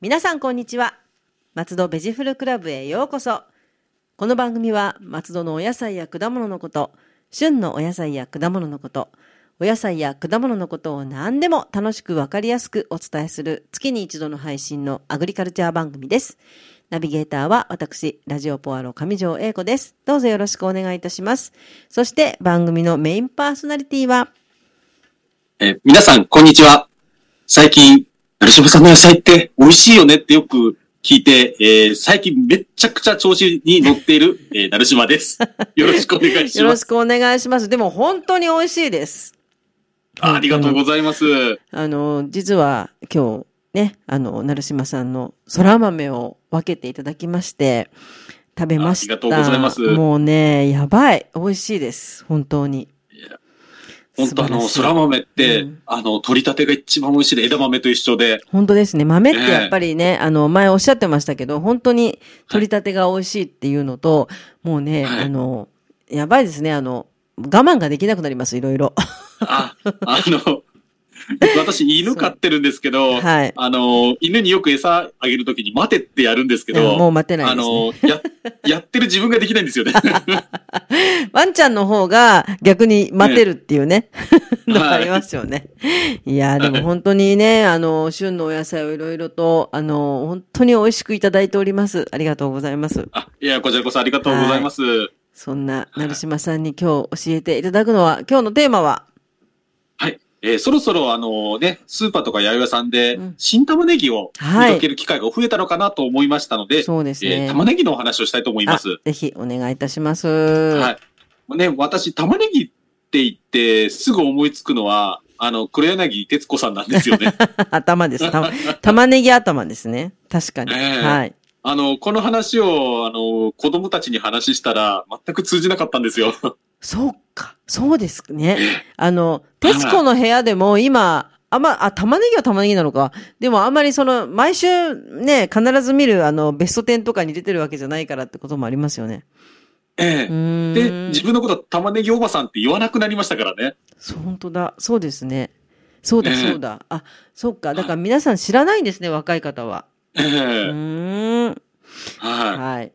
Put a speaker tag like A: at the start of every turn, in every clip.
A: 皆さんこんにちは松戸ベジフルクラブへようこそこの番組は松戸のお野菜や果物のこと旬のお野菜や果物のことお野菜や果物のことを何でも楽しくわかりやすくお伝えする月に一度の配信のアグリカルチャー番組ですナビゲーターは私、ラジオポアロ上条英子です。どうぞよろしくお願いいたします。そして番組のメインパーソナリティは、
B: えー皆さん、こんにちは。最近、成島さんの野菜って美味しいよねってよく聞いて、えー最近めっちゃくちゃ調子に乗っている、えー、成島 です。よろしくお願いし
A: よろ
B: ま
A: し
B: す。
A: くお願いします。でも本当に美味しいです。
B: あありがとうございます。
A: あの、実は今日ね、あの、成島さんの空豆を分けていただきまして、食べました。
B: あありがとうございます
A: もうね、やばい。美味しいです。本当に。
B: 本当あの、
A: 素晴らし
B: 空
A: い
B: 豆って、
A: うん
B: あの、取り立てが一番美味しいで、枝豆と一緒で、
A: 本当ですね。豆ってやっぱりね、あの、前おっしゃってましたけど、本当に取り立てが美味しいっていうのと、もうね、
B: はい
A: あの、やばいですね。あの、我慢ができなくなります、いろいろ。
B: あ、あの、 私犬飼ってるんですけど、
A: はい。
B: あの、犬によく餌あげるときに待てってやるんですけ
A: で もも
B: ど、
A: う待てな
B: あ
A: いです、ね。
B: の、や、やってる自分ができないんで すよね。
A: ワンちゃんの方が逆に待てるっていうね、 のが
B: は
A: あ
B: い
A: りますよね。いやーでも本当にね、あの、旬のお野菜をいろいろと、あの、本当に美味しくいただいております。ありがとうございます。
B: あ、いや、こちらこそありがとうございます。
A: そんな、成島さんに今日教えていただくのは、今日のテーマは、
B: はい。えーそろそろあのね、スーパーとか八百屋さんで
A: うん、
B: 新玉ねぎを
A: はい
B: 見かける機会が増えたのかなと思いましたので、
A: そうですね。
B: えー玉ねぎのお話をしたいと思います。
A: あぜひお願いいたします。
B: はい。もうね、私、玉ねぎって言って、すぐ思いつくのは、あの、黒柳徹子さんなんで すよね。
A: 頭です。た玉ねぎ頭ですね。確かに。
B: ええ
A: はい。
B: あの、この話を、あの、子供たちに話したら、全く通じなかったんですよ。
A: そうか。そうですね。あの、テスコの部屋でも今、あんま、あ、玉ねぎは玉ねぎなのか。でもあんまりその、毎週ね、必ず見るあの、ベスト10とかに出てるわけじゃないからってこともありますよね。
B: え
A: う
B: え
A: ーん。
B: で、自分のことは玉ねぎおばさんって言わなくなりましたからね。
A: そう本当だ。そうですね。そうだ、
B: ええ
A: そうだ。あ、そうか。だから皆さん知らないんですね、若い方は。
B: ええ
A: うーん。
B: はい。
A: はい。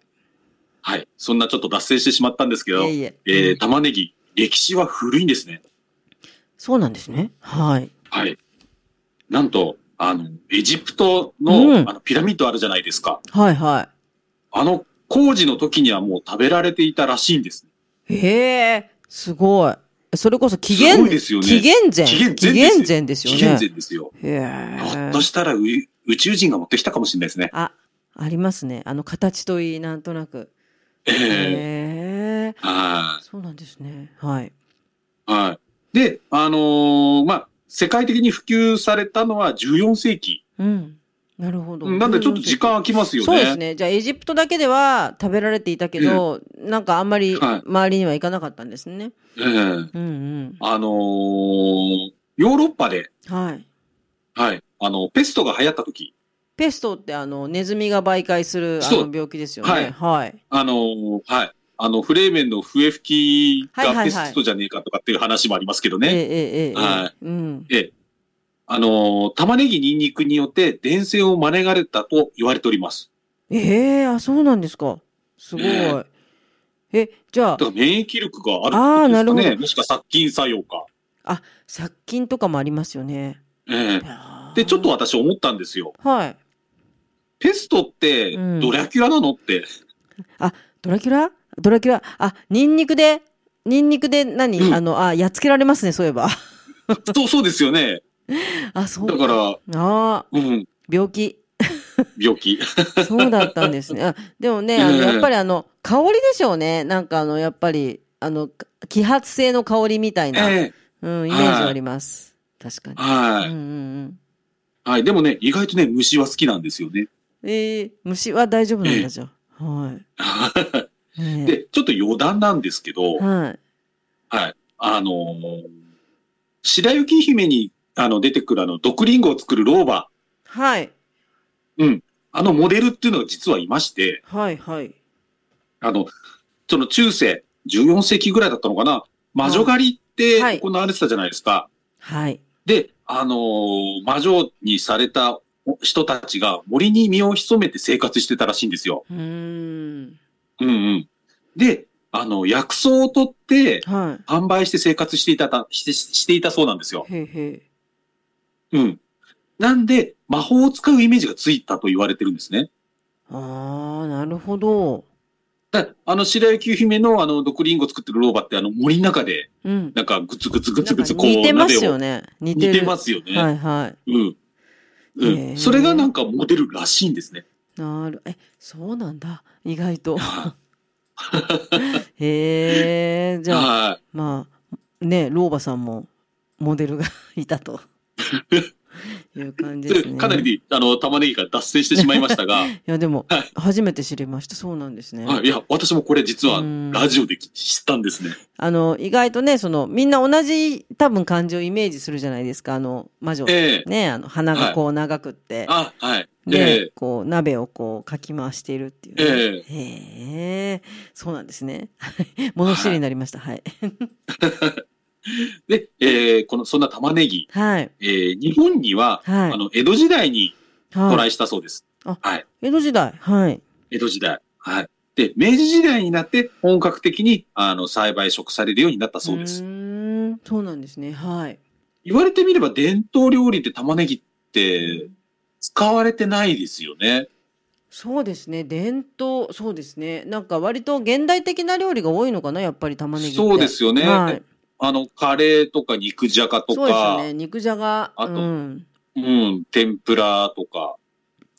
B: はい。そんなちょっと脱線してしまったんですけ
A: い
B: ど、
A: えいえ。
B: え
A: う
B: ー、
A: ん
B: 玉ねぎ、歴史は古いんですね。
A: そうなんですね。はい。
B: はい。なんと、あの、エジプトの,、
A: うん
B: あのピラミッドあるじゃないですか。
A: はいは
B: あの工事の時にはもう食べられていたらしいんです。
A: い。へえ、すごい。それこそ紀
B: す
A: 元、
B: ごいですよね
A: 紀元前。
B: 紀元前ですよ
A: 紀元前ですよ
B: 紀
A: ね。
B: 元前ですよ。
A: へ
B: ひょ
A: え
B: っと。したらう宇宙人が持ってきたかもしれないですね。
A: あ、ありますね。あの形といい、なんとなく。
B: ええ
A: へえ。
B: は
A: そうなんですね。はい。
B: い。はい。で、あのーまあ、世界的に普及されたのは14世紀。
A: うん。なるほど。
B: なんでちょっと時間空きますよね。
A: そうですね。じゃあ、エジプトだけでは食べられていたけど、なんかあんまり
B: はい
A: 周りには行かなかったんですね。
B: ええ
A: うんうん。
B: あのーヨーロッパで、
A: はい。
B: はい。あの、ペストが流行った時、
A: ペストってあの、ネズミが媒介するあ
B: そ
A: の
B: う
A: 病気ですよね。
B: はい
A: はい
B: あのーはい。あの、フレーメンの笛吹き
A: はいはいは
B: が
A: い
B: ペストじゃねえかとかっていう話もありますけど
A: えええ
B: ね。
A: えええ
B: は
A: うん。
B: あのー玉ねぎ、ニンニクによって伝染を招かれたと言われております。
A: ええあ、そうなんですか。すごい。
B: ね
A: え、じゃあ
B: だか、ら免疫力が
A: あー
B: あるって
A: な
B: こ
A: るほ
B: とですか
A: ど
B: ね。もしくは殺菌作用か。
A: 殺菌とかもありますよね。
B: ええで、ちょっと
A: は、
B: 私思ったんですよ。
A: はい。
B: ペストって
A: うん
B: ドラキュラなのって。
A: ドラキュラドラキュラあ、ニンニクで、ニンニクで何、
B: うん
A: あの、あ、やっつけられますね、そういえば。
B: そう、そうですよね。
A: あ、そう。
B: だから、
A: ああ、
B: うん、
A: 病気。
B: 病気。
A: そうだったんですね。あでもね、あの、
B: ええ
A: やっぱりあの、香りでしょうね。なんかあの、やっぱり、あの、揮発性の香りみたいな、
B: ええ
A: うん、イメージはあります。確かに。
B: は
A: うん
B: い。
A: うんうん。
B: はい。でもね、意外とね、虫は好きなんですよね。
A: ええ虫は大丈夫なん
B: え
A: だ
B: え
A: じゃあ。はい。ねえ
B: で、ちょっと余談なんですけど、
A: はい。
B: はい。あのー白雪姫にあの出てくるあの、毒リンゴを作る老婆、
A: はい。
B: うん。あのモデルっていうのが実はいまして、
A: はい。はい。
B: あの、その中世、14世紀ぐらいだったのかな、魔女狩りっって
A: はい
B: 行われてたじゃないですか。
A: はい。
B: で、あのー魔女にされた人たちが森に身を潜めて生活してたらしいんですよ。
A: うーん。
B: うんうん。で、あの、薬草を取って、
A: は
B: 販売して生活していたたして、していたそうなんですよ。
A: い。へーへー
B: うん。なんで、魔法を使うイメージがついたと言われてるんですね。
A: ああ、なるほど。
B: だあの、白雪姫のあの、毒リンゴ作ってる老婆ってあの、森の中で、
A: うん。
B: なんか、ぐつぐつぐつぐつこう、
A: 似てますよ
B: ね。
A: ね。似て
B: 似
A: る。
B: てますよね。
A: はいは
B: うん。
A: へ
B: う
A: ー
B: ん。それがなんかモデルらしいんですね。
A: い。なる。え、そうなんだ。意外と。へえ、じゃあ、
B: はい。
A: まあ、ね、老婆さんもモデルが いた と。いう感じです
B: で
A: ね。
B: かなり、あの、玉ねぎから脱線してしまいまし たが、
A: いや、でも
B: は、
A: 初めて知りました。そうなんですね。
B: はい、いや、私もこれ実は
A: うん
B: ラジオで知ったんですね。
A: あの、意外とね、その、みんな同じ多分漢字をイメージするじゃないですか、あの、魔女。
B: ええ
A: ね、あの、鼻がこう長くって、
B: あ、はい。
A: で、
B: え
A: こう、鍋をこう、かき回しているっていう
B: え
A: ね、
B: え
A: へえ、そうなんですね。 はい物知りになりました。はい。
B: えで、えーこの、そんな玉ねぎ、
A: はい。
B: えー日本には、
A: はい
B: あの、江戸時代に渡
A: はい。
B: 来したそうです。
A: あ
B: はい。
A: 江戸時代。はい。
B: 江戸時代。はい。で、明治時代になって本格的に、あの、栽培食されるようになったそうで
A: ー
B: す。
A: ん。そうなんですね。はい。
B: 言われてみれば伝統料理で玉ねぎって使われてないですよね。
A: そうですね。伝統、そうですね。なんか割と現代的な料理が多いのかな、やっぱり玉ねぎって。
B: そうですよね。
A: はい。
B: あの、カレーとか肉じゃがと
A: そうですよ
B: か、
A: ね。肉じゃが。
B: あと
A: うん。
B: うん、天ぷらとか、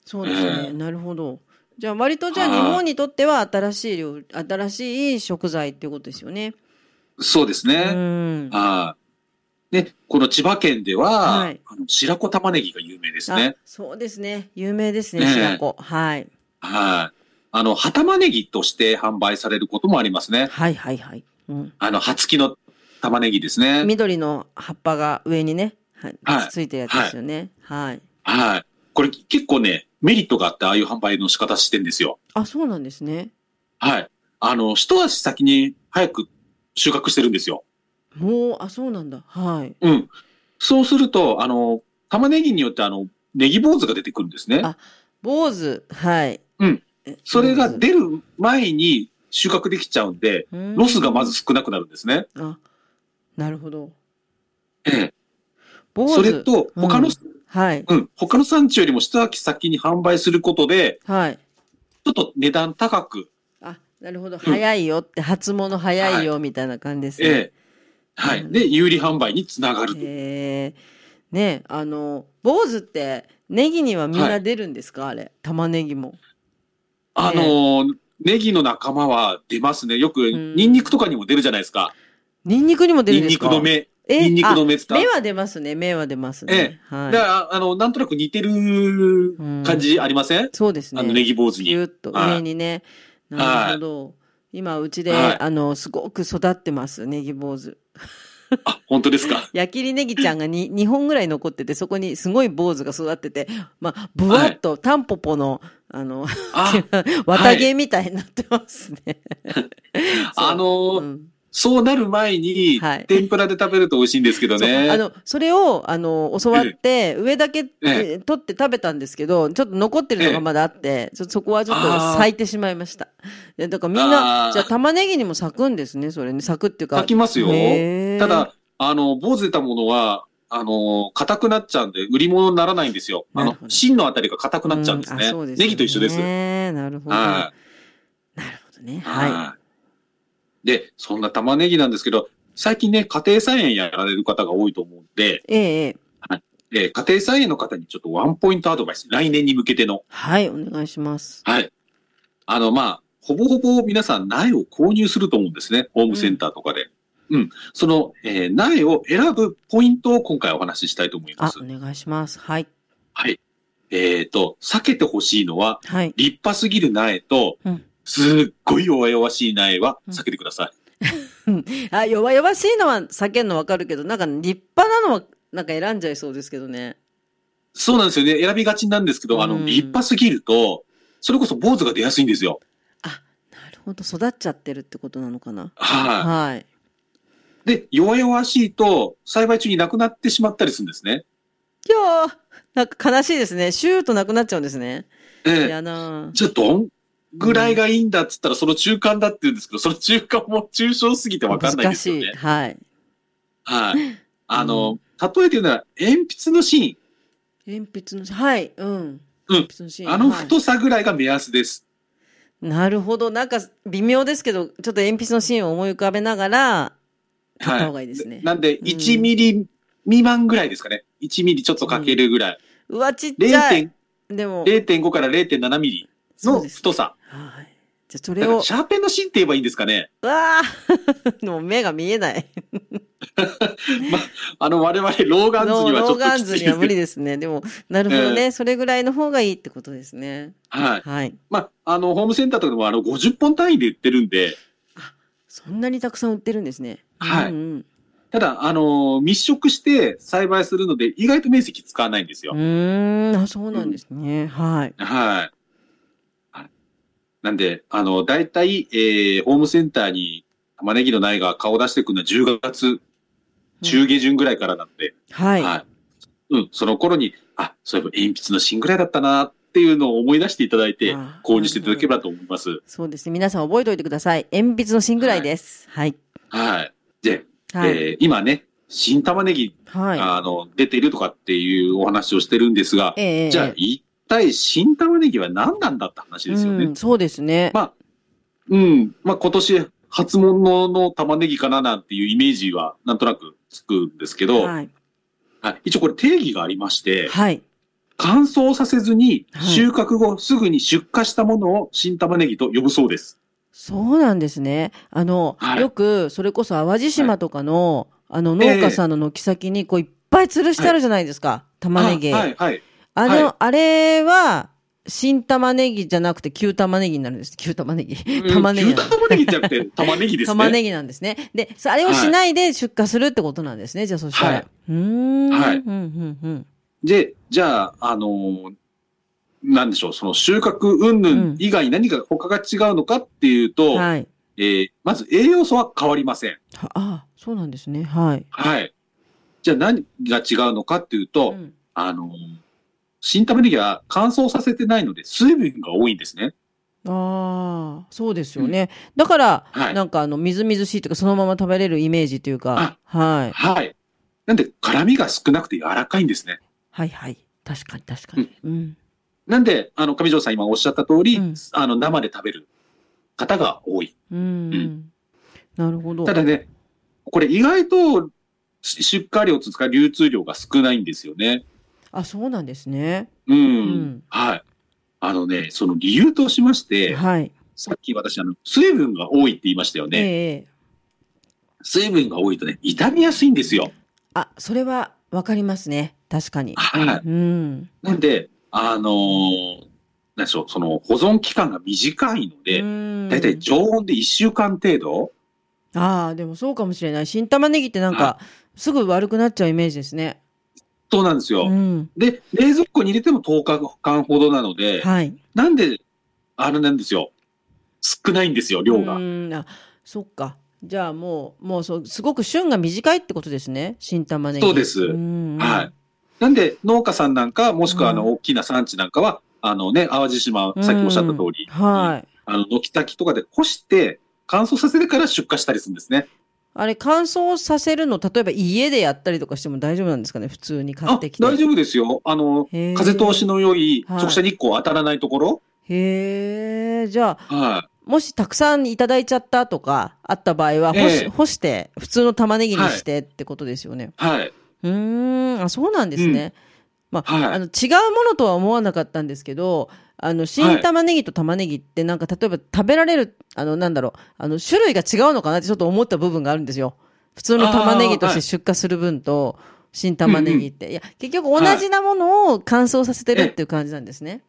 A: そうですね、
B: ええ
A: なるほど。じゃあ割とじゃあ
B: はい
A: 日本にとっては新しい料新しい食材っていうことですよね。
B: そうですね。
A: うん。
B: はい。で、この千葉県では、
A: はい
B: あの白子玉ねぎが有名です
A: あ
B: ね。
A: そうですね。有名ですね、
B: ええ
A: 白子。はい。
B: はい。あの、葉玉ねぎとして販売されることもありますね。
A: はいはいはい。うん。
B: あの、葉付きの玉ねぎですね。
A: 緑の葉っぱが上にね、はい、
B: はい
A: つついてるやつですよね。はい。
B: はい。これ結構ね、メリットがあって、ああいう販売の仕方してんですよ。
A: あ、そうなんですね。
B: はい。あの、一足先に早く収穫してるんですよ。
A: もう、あ、そうなんだ。はい。
B: うん。そうすると、あの、玉ねぎによって、あの、ネギ坊主が出てくるんですね。
A: あ坊主。はい。
B: うん
A: え。
B: それが出る前に収穫できちゃうんで、ロスがまず。少なくなるんですね。
A: 坊主うんあ、なるほど。
B: ええ。
A: 坊主。
B: それと、
A: うん
B: 他の、
A: はい。
B: うん、他の産地よりも一秋先に販売することで、
A: はい。
B: ちょっと値段高く、
A: あ、なるほど。早いよって、初物早いよみたいな感じですね。
B: ええ、はい。で、有利販売につながると。
A: へえねあの、坊主って、ネギにはみん
B: は
A: ない出るんですか、あれ。玉ねぎも。
B: あのーネギの仲間は出ますね。よく、
A: ん
B: ニンニクとかにも出るじゃないですか。
A: ニンニクにも出る
B: ニ
A: ん
B: ン
A: です
B: ニ
A: か
B: クの芽。
A: え
B: ニンニクの芽って
A: あ
B: 言
A: 芽
B: った
A: は出ますね。芽は出ますね。は
B: だ
A: い。
B: から、あの、なんとなく似てる感じありません、
A: そうですね。
B: あの、ネギ坊主
A: ピュ
B: に。
A: ーッと上にね。
B: はい
A: なるほど。今、うちで、
B: はい
A: あの、すごく育ってます、ネギ坊主。
B: あ、本当ですか。
A: 矢切ネギちゃんが に2本ぐらい残ってて、そこにすごい坊主が育ってて、まあ、ぶわっとタンポポの、あの、
B: あ、
A: 綿毛みたいになってますね。
B: あのー
A: うん
B: そうなる前に、
A: はい
B: 天ぷらで食べると美味しいんですけど
A: そうあ
B: ね。
A: の、それを、あの、教わって、上だけえ取って食べたんですけど、ちょっと残ってるのがまだあって、ちょそこはちょっと
B: あー
A: 咲いてしまいました。いやだからみんな、
B: あー
A: じゃあ玉ねぎにも咲くんですね、それね。咲くっていうか。
B: 炊きますよ。
A: へー
B: た、だ、あの、坊主出たものは、あの、硬くなっちゃうんで、売り物にならないんですよ。あ
A: なる
B: の
A: ほ、ど
B: 芯のあたりが硬くなっちゃうんです
A: あ
B: ね。
A: そう
B: ネギと一緒です。はい、
A: ねなるほど。なるほどね。はい。
B: はい。で、そんな玉ねぎなんですけど、最近ね、家庭菜園やられる方が多いと思うんで、
A: ええええ、
B: えー家庭菜園の方にちょっとワンポイントアドバイス、来年に向けての。
A: はい、お願いします。
B: はい。あの、まあ、ほぼほぼ皆さん苗を購入すると思うんですね。ホームセンターとかで。うん。その、えー苗を選ぶポイントを今回お話ししたいと思いま
A: あ
B: す、。
A: お願いします。はい。
B: はい。えっ、と、避けてほしいのは、
A: はい。
B: 立派すぎる苗と、
A: うん
B: すっごい弱々しい苗は避けてください。
A: あ、弱々しいのは避けんのわかるけど、なんか立派なのは、なんか選んじゃいそうですけどね。
B: そうなんですよね。選びがちなんですけど、あ
A: う
B: の、
A: ん
B: 立派すぎると、それこそ坊主が出やすいんですよ。
A: あ、なるほど。育っちゃってるってことなのかな。
B: はい。
A: はい。
B: で、弱々しいと、栽培中になくなってしまったりするんですね。
A: いやー、なんか悲しいですね。シューとなくなっちゃうんですね。
B: ええ
A: いやなー
B: じゃあ、どんぐらいがいいんだっつったら、その中間だって言うんですけど、その中間も抽象すぎてわかんないで
A: 難
B: すよ
A: しい。
B: ね。
A: はい。
B: はい。あの、例えて言うなら、鉛筆の芯、
A: 鉛筆の、はい、うん。
B: うん
A: 鉛筆のシーン
B: あの
A: はい
B: 太さぐらいが目安です。
A: なるほど。なんか微妙ですけど、ちょっと鉛筆のシーンを思い浮かべながら、撮った方がいいですね
B: なんで、
A: うん
B: 1ミリ未満ぐらいですかね。1ミリちょっとかけるぐらい。
A: うわ、ちっちゃい
B: 0.。
A: でも、
B: 0.5から0.7ミリ
A: そう
B: の
A: です。
B: 太さ。
A: はい。じゃあそ
B: だ
A: れ
B: か
A: を
B: ら、シ、ャーペンの芯って言えばいいんですかね。
A: うわー もう目が見えない。
B: あの、我々、老眼図にはちょ
A: 老
B: っと
A: 眼
B: きつ
A: 図
B: い
A: には
B: です
A: 無理
B: けど。
A: です ね。でも、なるほどね、それぐらいの方がいいってことですね。
B: はい。
A: はい。
B: まあ、あの、ホームセンターとかでも、あの、50本単位で売ってるんで、
A: そんなにたくさん売ってるんですね。
B: はい
A: うんうん
B: ただ、あのー密植して栽培するので、意外と面積使わないんですよ。
A: うーん、あ、そうなんですね。はい。
B: はい。はいなんで、あの、大体、えー、ホームセンターに玉ねぎの苗が顔出してくるのは10月中下旬ぐらいからなんで、
A: はい。
B: はい。うん、その頃に、あ、そういえば鉛筆の芯ぐらいだったなっていうのを思い出していただいて
A: あ、ー
B: 購入していただければと思います。
A: そうですね。皆さん覚えておいてください。鉛筆の芯ぐらいです。はい。
B: はい。で、
A: はい。
B: えー今ね、新玉ねぎ、
A: はい。
B: あの、出ているとかっていうお話をしてるんですが、
A: ええ
B: じゃあ、一体新玉ねぎは何なんだって話ですよね。
A: うん、そうですね。
B: まあ、うん、まあ今年初物の玉ねぎかななんていうイメージはなんとなくつくんですけど、
A: はい。
B: はい一応これ定義がありまして、
A: はい。
B: 乾燥させずに
A: はい
B: 収穫後すぐに出荷したものを新玉ねぎと呼ぶそうです。
A: そうなんですね。あの、
B: はい
A: よく、それこそ淡路島とかの、あの、農家さんの軒先に、こう、いっぱい吊るしてあるじゃないですか。玉ねぎ。
B: あはい、はい。
A: あの、
B: はい
A: あれは、新玉ねぎじゃなくて、旧玉ねぎになるんです。旧玉ねぎ。玉ねぎ
B: うん
A: なんで
B: 牛玉ねぎじゃなくて玉ねぎですね。
A: 玉ねぎなんですね。で、そあれをしないで出荷するってことなんですね。じゃあ、そしたら。
B: はいう
A: ーん。
B: はい
A: うん、うん、うん。
B: で、じゃあ、あのーなんでしょう、その収穫云々以外に何か他が違うのかっていうと、
A: はい。
B: えーまず栄養素は変わりません。
A: はああ、そうなんですね。はい。
B: はい。じゃあ何が違うのかっていうと、
A: うん
B: あの、新玉ねぎは乾燥させてないので水分が多いんですね。
A: ああ、そうですよね。だから、
B: はい
A: なんかあの、みずみずしいというか、そのまま食べれるイメージというか、はい。
B: はい。なんで、辛みが少なくて柔らかいんですね。
A: はいはい。確かに確かに。うん。
B: なんで、あの、上条さん今おっしゃった通り、
A: うん
B: あの、生で食べる方が多い。
A: うん。うん、なるほど。
B: ただね、これ意外とし出荷量というか流通量が少ないんですよね。
A: あ、そうなんですね。
B: うん。
A: ん
B: はい。あのね、その理由としまして、
A: はい。
B: さっき私、あの、水分が多いって言いましたよね。
A: ええ。
B: 水分が多いとね、傷みやすいんですよ。
A: あ、それはわかりますね。確かに。
B: はい。
A: うん。
B: なんで、あのーなんでしょう、その保存期間が短いので、だいたい常温で1週間程度、
A: ああ、でもそうかもしれない。新玉ねぎってなんか、すぐ悪くなっちゃうイメージですね。
B: そうなんですよ。
A: うん。
B: で、冷蔵庫に入れても10日間ほどなので、
A: はい。
B: なんで、あれなんですよ。少ないんですよ、量が。
A: うんあそっかじゃあもうもうそうすごく旬が短いってことですね新玉ねぎ
B: そうです
A: ん
B: はいなんで、農家さんなんか、もしくはあ
A: う
B: の、大きな産地なんかは、あのね、淡路島、さっきおっしゃった通り、
A: うんはい
B: あの、軒先とかで干して、乾燥させてから出荷したりするんですね。
A: あれ乾燥させるの例えば家でやったりとかしても大丈夫なんですかね普通に買
B: あ、
A: ってきて
B: 大丈夫ですよ。あの、
A: へー
B: 風通しの良い
A: はい
B: 直射日光当たらないところ、
A: へえじゃあ
B: は
A: もしたくさんいただいちゃったとかあった場合は干し,、
B: ええ
A: 干して普通の玉ねぎにしてってことですよね、
B: い、はい、
A: うーんあそうなんですね、まあ,、
B: はい
A: あの違うものとは思わなかったんですけどあの新玉ねぎと玉ねぎってなんか例えば食べられるあのなんだろうあの種類が違うのかなってちょっと思った部分があるんですよ普通の玉ねぎとし
B: あーは
A: て
B: い
A: 出荷する分と新玉ねぎって、いや結局同じなものを乾燥させてるっていう感じなんですね、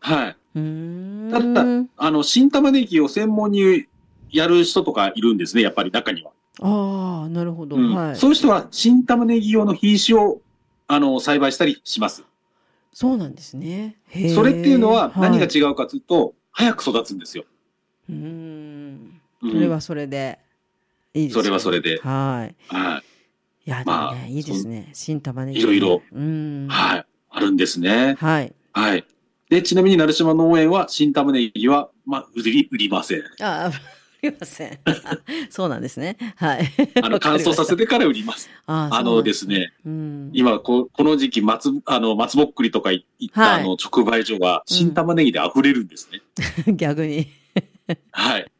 B: はい。
A: うーん
B: だったあの、新玉ねぎを専門にやる人とかいるんですね、やっぱり中には。
A: ああなるほど、
B: うん
A: はい
B: そういう人は、新玉ねぎ用の品種を、あの、栽培したりします。
A: そうなんですねへー
B: それっていうのは、何が
A: い
B: 違うかというと、早く育つんですよ。
A: うーん
B: うん
A: それはそれで、いいですね
B: それはそれで
A: はい。
B: はい
A: や、でもね、
B: まあ
A: いいですね。新玉ねぎ。
B: いろいろ。
A: うん。
B: い。
A: は
B: はい。あるんですね。
A: い。
B: はい。で、ちなみに、鳴島農園は、新玉ねぎは、まあ、売り、売りません。
A: あ、ありません。 そうなんですね。はい。
B: あの、乾燥させてから売ります。
A: あ
B: あのです
A: ね。
B: ね、
A: うん。
B: 今こ、この時期、松、あの、松ぼっくりとかい行った、
A: はい
B: あの、直売所が、新玉ねぎで溢れるんです ね。
A: 逆に。
B: はい。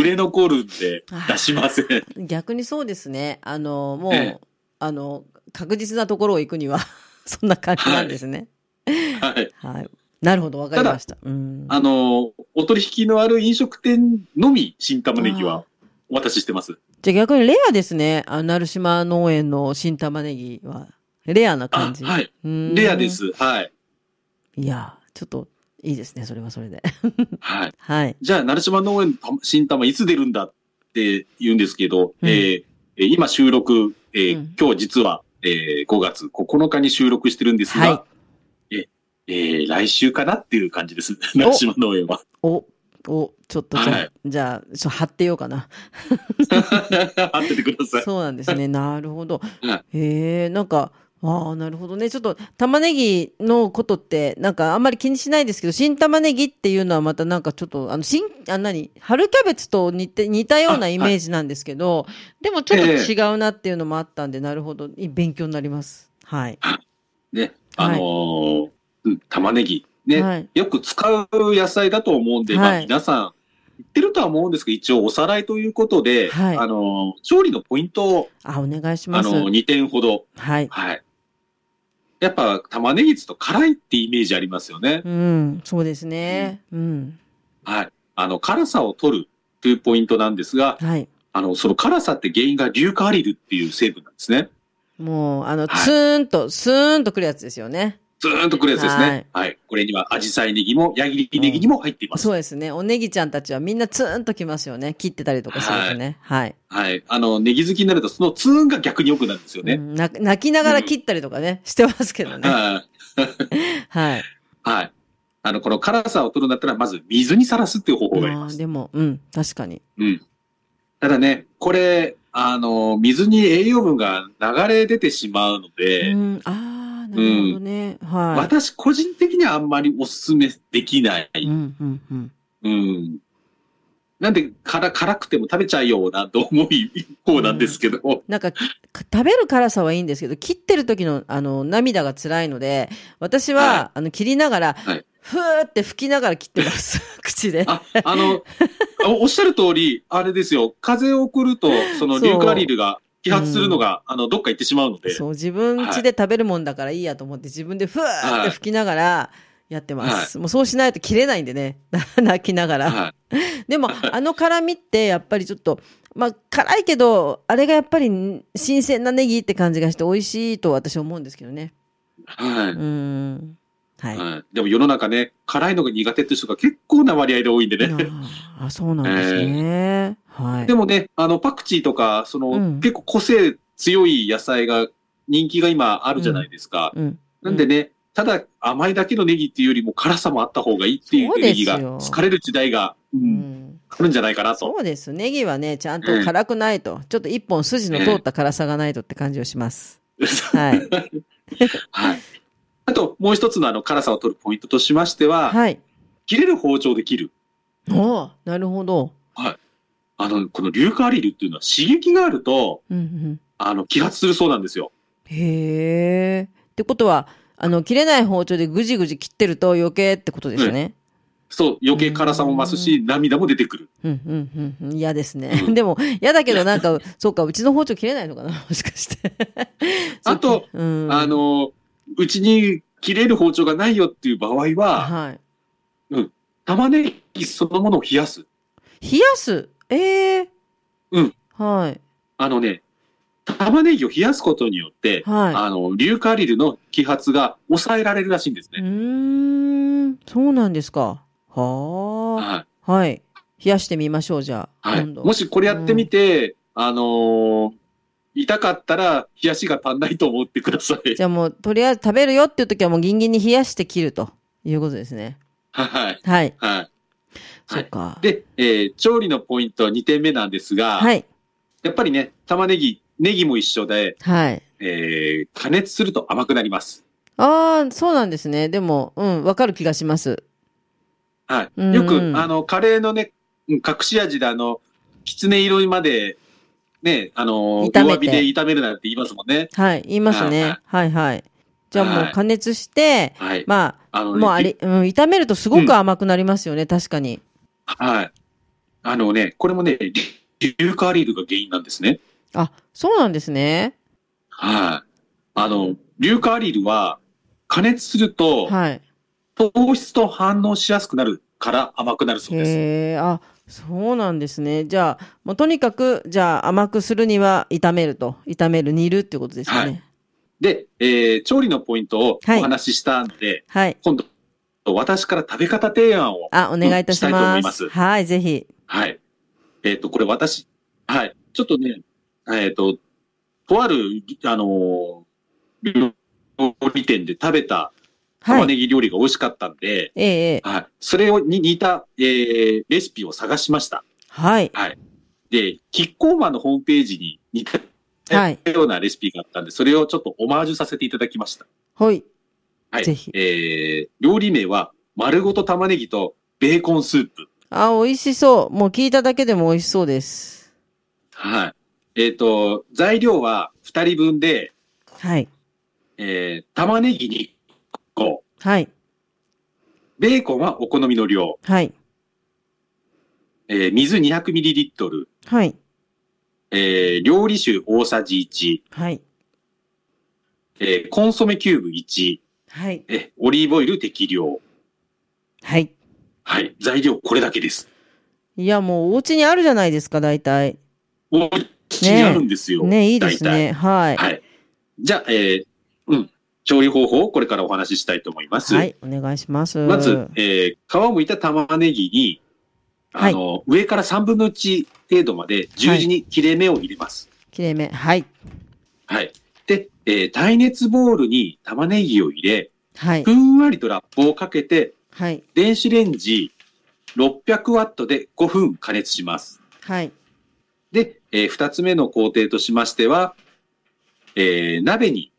B: 売れ残る んで、出しません。
A: 逆にそうですね。あの、もう、
B: ええ
A: あの、確実なところを行くには、 そんな感じなんですね。
B: はい。
A: はい。なるほど、わかりました。うん。
B: あの、お取引のある飲食店のみ、新玉ねぎは、お渡ししてます。
A: じゃあ逆にレアですね。あの、鳴島農園の新玉ねぎは。レアな
B: あ
A: 感、じ。
B: はい。
A: うん
B: レアで。す。はい。
A: いや、ちょっと、いいですね。それはそれで。
B: はい。
A: はい。
B: じゃあ、鳴島農園のた新玉いつ出るんだって言うんですけど、
A: うん
B: えーえー今収録、えー
A: うん
B: 今日実は、えー5月9日に収録してるんですが、
A: は
B: ええー来週かなっていう感じです。鳴島農園は。
A: お、お、ちょっとじゃあ、
B: はい
A: じゃあ、ちょ、貼ってようかな。
B: 当ててください。
A: そうなんですね。なるほど
B: は。
A: へえ、なんか、ああ、なるほどね。ちょっと、玉ねぎのことって、なんかあんまり気にしないですけど、新玉ねぎっていうのはまたなんかちょっと、あの、新、あ、何春キャベツと似て、似たようなイメージなんですけど、でもちょっと違うなっていうのもあったんで、なるほど。いい勉強になります。はい。
B: ね、あのーうん玉ねぎ。ね、
A: はい
B: よく使う野菜だと思うんで、ま
A: は
B: あ
A: い
B: 皆さん、言ってるとは思うんですけど、一応おさらいということで、
A: はい
B: あのー調理のポイントを、
A: あ、お願いし
B: あ
A: ます。
B: のー2点ほど
A: はい。
B: はい。やっぱ玉ねぎっつうと辛いってイメージありますよね。
A: うん、そうですね。うん。
B: はい。あの、辛さを取るというポイントなんですが、
A: はい。
B: あの、その辛さって原因が硫化アリルっていう成分なんですね。
A: もう、あの、
B: はい
A: ツーンと、スーンとくるやつですよね。
B: ずーんとくるやつですね。はい。これにはアジサイネギもヤギネギにも入っています。
A: そうですね。おネギちゃんたちはみんなツーンときますよね。切ってたりとかするとね。はい。
B: はい。あの、ネギ好きになるとそのツーンが逆に良くなるんですよ
A: う
B: ね。
A: んな泣きながら切ったりとかね、してますけどね。
B: はい
A: はい。
B: はい。あの、この辛さを取るんだったら、まず水にさらすっていう方法があり
A: あ
B: ま
A: ー
B: す。
A: でも、うん、確かに。
B: うん。ただね、これ、あの、水に栄養分が流れ出てしまうので、
A: うん、ああ、なるほどね。は
B: 私個人的にはあんまりおすすめできない。
A: い。うん、うん、うん。
B: うん。なんで、辛、辛くても食べちゃうようなと思い一方なんですけど、
A: なんか、か食べる辛さはいいんですけど、切ってる時の、あの、涙が辛いので、私は、
B: は
A: あの、切りながら、
B: はい
A: ふーって吹きながら切ってます。 口で。
B: あ、あの、おおっしゃる通り、あれですよ、風邪を送ると、その
A: そう
B: 硫化アリルが揮発するのが、あの、どっか行ってしまうので、
A: そう、自分家で食べるもんだからいいやと思って、自分でふわーって吹きながらやってます。もうそうしないと切れないんでね、 泣きながら。
B: はい。
A: でも、あの辛みってやっぱりちょっと、まあ辛いけど、あれがやっぱり新鮮なネギって感じがして美味しいと私は思うんですけどね。
B: は
A: う
B: い。
A: ーん。はい。
B: はいでも世の中ね、辛いのが苦手って人が結構な割合で多いんでね。
A: ああ、そうなんですね。はい。
B: でもね、あの、パクチーとか、その、
A: うん
B: 結構個性強い野菜が、人気が今あるじゃないですか。
A: うん。
B: なんでね、ただ甘いだけのネギっていうよりも辛さもあった方がいいってい
A: そう
B: う
A: で
B: ネ
A: す
B: ギ
A: よ
B: が、疲れる時代が、う、
A: うんん。
B: あるんじゃないかなと。
A: そうです。ネギはね、ちゃんと辛くないと。ちょっと一本筋の通った辛さがないとって感じをします。はい。
B: はい。あと、もう一つのあの、辛さを取るポイントとしましては、
A: はい。
B: 切れる包丁で切る。
A: おおなるほど。
B: あの、この硫化アリルっていうのは刺激があると、
A: うんうん。
B: あの、揮発するそうなんですよ。
A: へえ。ってことは、あの、切れない包丁でぐじぐじ切ってると余計ってことですよね。
B: そう、余計辛さも増すし、涙も出てくる。
A: うんうんうんうん。嫌ですね。
B: うん
A: でも、嫌だけどなんか、そうか、うちの包丁切れないのかな もしかして。
B: あと、
A: うん。
B: あ、の、うちに切れる包丁がないよっていう場合は、
A: は
B: 玉ねぎそのものを冷やす。
A: い。冷やすええ
B: うん。
A: はい。
B: あのね、玉ねぎを冷やすことによって、
A: は
B: あの、硫化アリルの揮発が抑えられるらしいんです
A: い。う
B: ね。
A: ーん。そうなんですか。はあ。
B: は
A: はい。冷やしてみましょう、じゃ
B: い。
A: あ。
B: はい。
A: 今度
B: もしこれやってみて、あのー痛かったら、冷やしが足んないと思ってください
A: じ。ゃあもう、とりあえず食べるよっていう時はもうギンギンに冷やして切るということですね。
B: はい。
A: はい。
B: はい。
A: そうか。
B: で、えー調理のポイント2点目なんですが、
A: はい。
B: やっぱりね、玉ねぎ、ネギも一緒で、
A: はい。
B: えー、加熱すると甘くなります。
A: ああ、そうなんですね。でも、うん、わかる気がします。
B: は
A: うん
B: い。よく、あの、カレーのね、うん隠し味であの、きつね色まで、ね、あの、
A: 炒めて
B: 弱火で炒めるなんて言いますもんね。
A: はい、言いますね。はいはい。じゃあもう加熱して、
B: はい。
A: ま
B: あ
A: あ、
B: のね
A: もうあれ、うん、炒めるとすごく甘くなりますよね、確かに。
B: はい。あのね、これもね、リ硫化アリルが原因なんですね。
A: あ、そうなんですね。
B: はい。あの、硫化アリルは、加熱すると、
A: はい。
B: 糖質と反応しやすくなるから甘くなるそうです。
A: へえ、あ、そうなんですね。じゃあ、もうとにかく、じゃあ甘くするには炒めると。炒める、煮るってことですよね。
B: で、えー調理のポイントをお
A: はい
B: 話ししたんで、
A: はい。
B: 今度、私から食べ方提案を。
A: あ、お願いいたし
B: うんしたいと思
A: ま
B: い
A: す。
B: ます
A: はい、ぜひ。
B: はい。えっ、と、これ私、はい。ちょっとね、えっ、と、とある、あのー料理店で食べた
A: は
B: 玉
A: い。
B: ねぎ料理が美味しかったんで、
A: ええええ
B: はい。それをに似た、えーレシピを探しました。
A: はい。
B: で、キッコーマンのホームページに似た
A: はい。
B: ようなレシピがあったんで、それをちょっとオマージュさせていただきました。
A: はい。
B: はい。
A: ぜひ
B: えー、料理名は、丸ごと玉ねぎとベーコンスープ。
A: あ、美味しそう。もう聞いただけでも美味しそうです。
B: はい。えっ、と、材料は2人分で、
A: はい。
B: えー、玉ねぎに個、
A: はい。
B: ベーコンはお好みの量、
A: はい。
B: えー、水 200ml、
A: はい。
B: えー、料理酒大さじ1、
A: はい。
B: えー、コンソメキューブ1、
A: はい。
B: え、オリーブオイル適量。
A: はい。
B: はい。材料これだけです。
A: いや、もうお家にあるじゃないですか、大体。
B: お家にあるんですよ。
A: ね、いいですね。は
B: 大
A: い。
B: 体。はい。じゃあ、えーうん。調理方法をこれからお話ししたいと思います。
A: はい。お願いします。
B: まず、えー皮を剥いた玉ねぎに、あの、上から3分の1程度まで十字に切れ目を入れます。
A: 切れ目。はい。
B: はい。で、えー耐熱ボウルに玉ねぎを入れ、
A: はい
B: ふ。んわりとラップをかけて、
A: はい。
B: 電子レンジ600ワットで5分加熱します。
A: はい。
B: で、えー二つ目の工程としましては、えー鍋に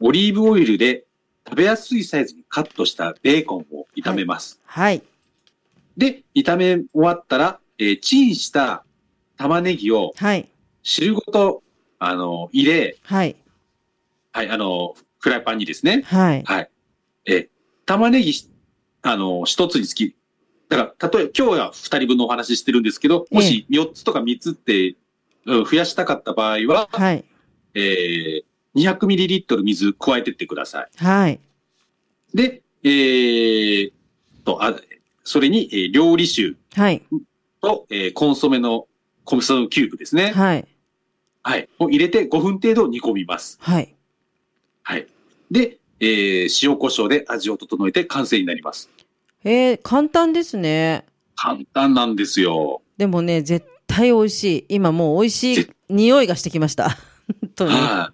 B: オリーブオイルで食べやすいサイズにカットしたベーコンを炒めます。
A: はい。
B: で、炒め終わったら、えーチンした玉ねぎを
A: はい。
B: 汁ごと、あの、入れ、
A: はい。
B: はい、あの、フライパンにですね、
A: はい。
B: はい。えー玉ねぎし、あの、一つにつき、だから、例えば今日は二人分のお話ししてるんですけど、もし四つとか三つって、うん増やしたかった場合は、
A: はい。
B: えー、200ml 水加えてってくださ
A: はい。
B: い。で、えー、と、あ、それに、えー料理酒
A: はい。
B: と、えーコンソメの、コンソメキューブですね。
A: はい。
B: はい。を入れて5分程度煮込みます。
A: はい。
B: はい。で、えー塩コショウで味を整えて完成になります。
A: えー、簡単ですね。
B: 簡単なんですよ。
A: でもね、絶対美味しい。今もう美味しい
B: ぜ
A: 匂いがしてきました。 本当に。
B: は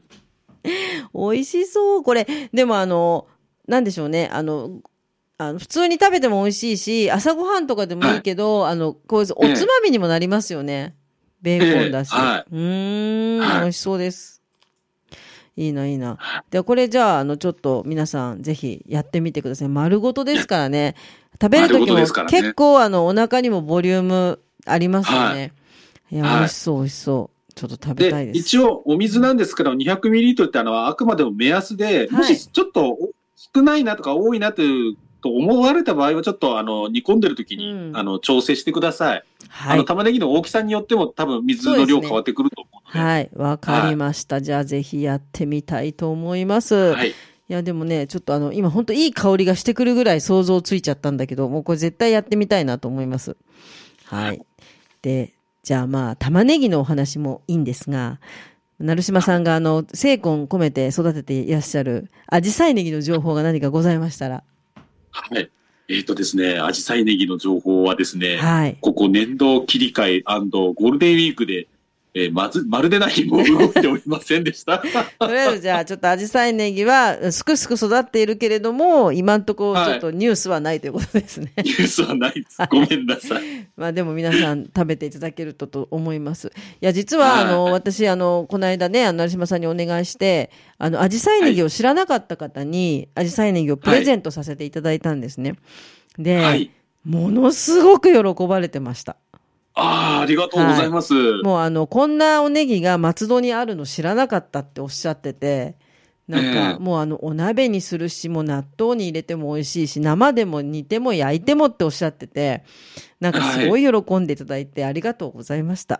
A: 美味しそう。これ、でもあの、なんでしょうね。あの、あの普通に食べても美味しいし、朝ごはんとかでもいいけど、あの、こういう、おつまみにもなりますよね。ベーコンだし。
B: ええは
A: うーん、
B: はい
A: 美味しそうです。いいな、いいな
B: は。
A: では、これじゃあ、あの、ちょっと皆さん、ぜひやってみてください。丸ごとですからね。食べるとき
B: 丸ご
A: も、
B: とですからね
A: 結構、あの、お腹にもボリュームありますよね。い、や、
B: はい
A: 美味しそう、美味しそう。ちょっと食
B: い。
A: べたい
B: で、
A: です。
B: 一応、お水なんですけど、200ml ってあのはあくまでも目安で、
A: い
B: もしちょっとお少ないなとか多いなという、と思われた場合は、ちょっとあの、煮込んでる時に、
A: うん
B: あの、調整してください。
A: は
B: あの、玉ねぎの大きさによっても多分水の量変わってくると思うので。
A: はい、わかりました。じゃあぜひやってみたいと思います。、
B: はいい。
A: や、でもね、ちょっとあの、今ほんといい香りがしてくるぐらい想像ついちゃったんだけど、もうこれ絶対やってみたいなと思います。は。
B: はい
A: で、じゃあまあ、玉ねぎのお話もいいんですが、成島さんがあの、精魂込めて育てていらっしゃる、アジサイネギの情報が何かございましたら。
B: はい。えっ、とですね、アジサイネギの情報はですね、
A: はい。
B: ここ年度切り替えゴールデンウィークで、えーまず、まるで何も動いておりませんで した。
A: とりあえずじゃあ、ちょっとアジサイネギは、すくすく育っているけれども、今んとこ、
B: はい
A: ちょっとニュースはないということですね。
B: ニュースはないです。ごめんなさい。
A: まあでも皆さん食べていただけるとと思います。いや、実は、
B: は
A: あ
B: い
A: の、私、あの、この間ね、あの、成島さんにお願いして、あの、アジサイネギを知らなかった方に、アジサイネギをプレゼントさせていただいたんですね。で、
B: はい
A: ものすごく喜ばれてました。
B: ああ、ありがとうございます。
A: もうあの、こんなおネギが松戸にあるの知らなかったっておっしゃってて、なん
B: え
A: か
B: え
A: もうあの、お鍋にするし、もう納豆に入れても美味しいし、生でも煮ても焼いてもっておっしゃってて、なんかすごい喜んでいただいてありがとうございました。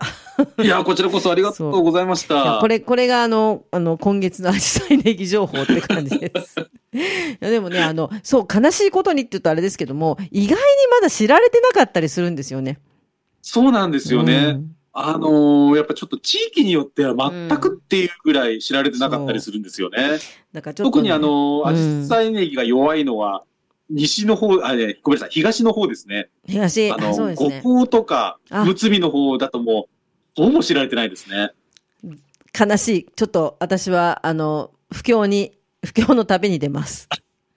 B: いや、こちらこそありがとうございまし
A: いや
B: た。
A: これ、これがあの、あの、今月のアジサイネギ情報って感じです。 いやでもね、あの、そう、悲しいことにって言うとあれですけども、意外にまだ知られてなかったりするんですよね。
B: そうなんですよね。
A: うん
B: あのーやっぱちょっと地域によっては全くっていうぐらい知られてなかったりするんですよね。
A: だからちょっと
B: 特にあ
A: ね、
B: の
A: う
B: ー、ア
A: ん
B: ジサイネギが弱いのは、西の方、あ、ね、ごめんなさい、東の方ですね。
A: 東、
B: あ
A: あそう
B: の、
A: です
B: 五
A: ね。
B: 香とか、
A: あ
B: むつみの方だともう、ほぼ知られてないですね。
A: 悲しい。ちょっと私は、あの、不況に、不況の旅に出ます。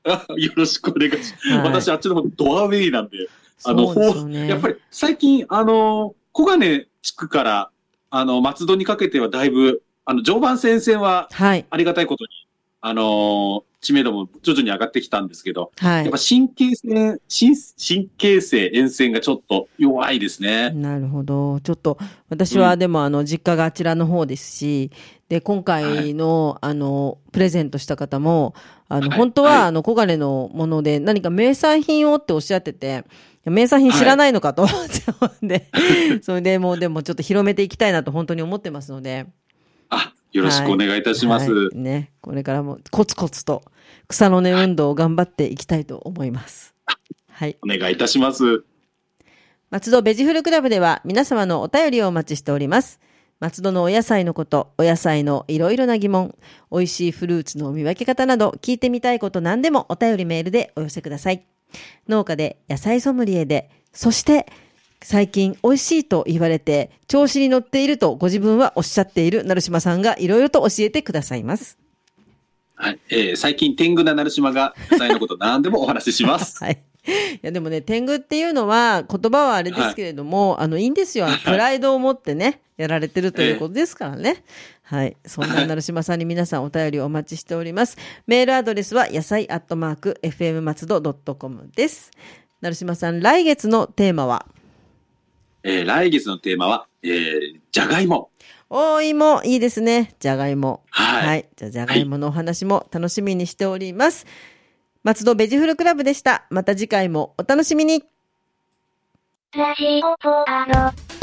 B: あよろしくお願いします。
A: はい
B: 私、あっちの方、ドアウェイなんで、 あの、
A: そうですよね。
B: やっぱり最近、あの、小金地区から、あの、松戸にかけてはだいぶ、あの、常磐線線は
A: はい。
B: ありがたいことに、あのー知名度も徐々に上がってきたんですけど、
A: は
B: やっ
A: い
B: ぱ。神経線、神神経性沿線がちょっと弱いですね。
A: なるほど。ちょっと、私
B: う
A: は
B: ん
A: でも、あの、実家があちらの方ですし、で、今
B: は
A: 回の、あの、プレゼントした方も、あの、
B: はい
A: 本当は、
B: はい
A: あの、小金のもので、何か名産品をっておっしゃってて、いや名産品知らないのかと思って、 で、それでもう、でもちょっと広めていきたいなと本当に思ってますので。
B: あ、よろしくお願いいたします。
A: はいね、これからもコツコツと草の根運動を頑張っていきたいと思います。はい。
B: お願いいたします。
A: 松戸ベジフルクラブでは皆様のお便りをお待ちしております。松戸のお野菜のこと、お野菜のいろいろな疑問、美味しいフルーツの見分け方など、聞いてみたいこと何でもお便りメールでお寄せください。農家で、野菜ソムリエで、そして、最近美味しいと言われて、調子に乗っているとご自分はおっしゃっている成島さんがいろいろと教えてくださいます。
B: はい。えー最近、天狗な成島が、野菜のこと何でもお話ししま す。
A: はい。いや、でもね、天狗っていうのは、言葉はあれですけれども、あの、いいんですよ。あのプライドを持ってね、やられてるということですからね。はい。そんな成島さんに皆さんお便りをお待ちしており ます。メールアドレスは、野菜アットマーク、fm 松戸 .com です。成島さん、来月のテーマは、
B: えー来月のテーマは、えー、じゃがいも。
A: お芋、いいですね。じゃがいも。
B: はい
A: じゃあ、じゃがいものお話も楽しみにしております。松戸ベジフルクラブでした。また次回もお楽しみに。
C: ラジオポアド。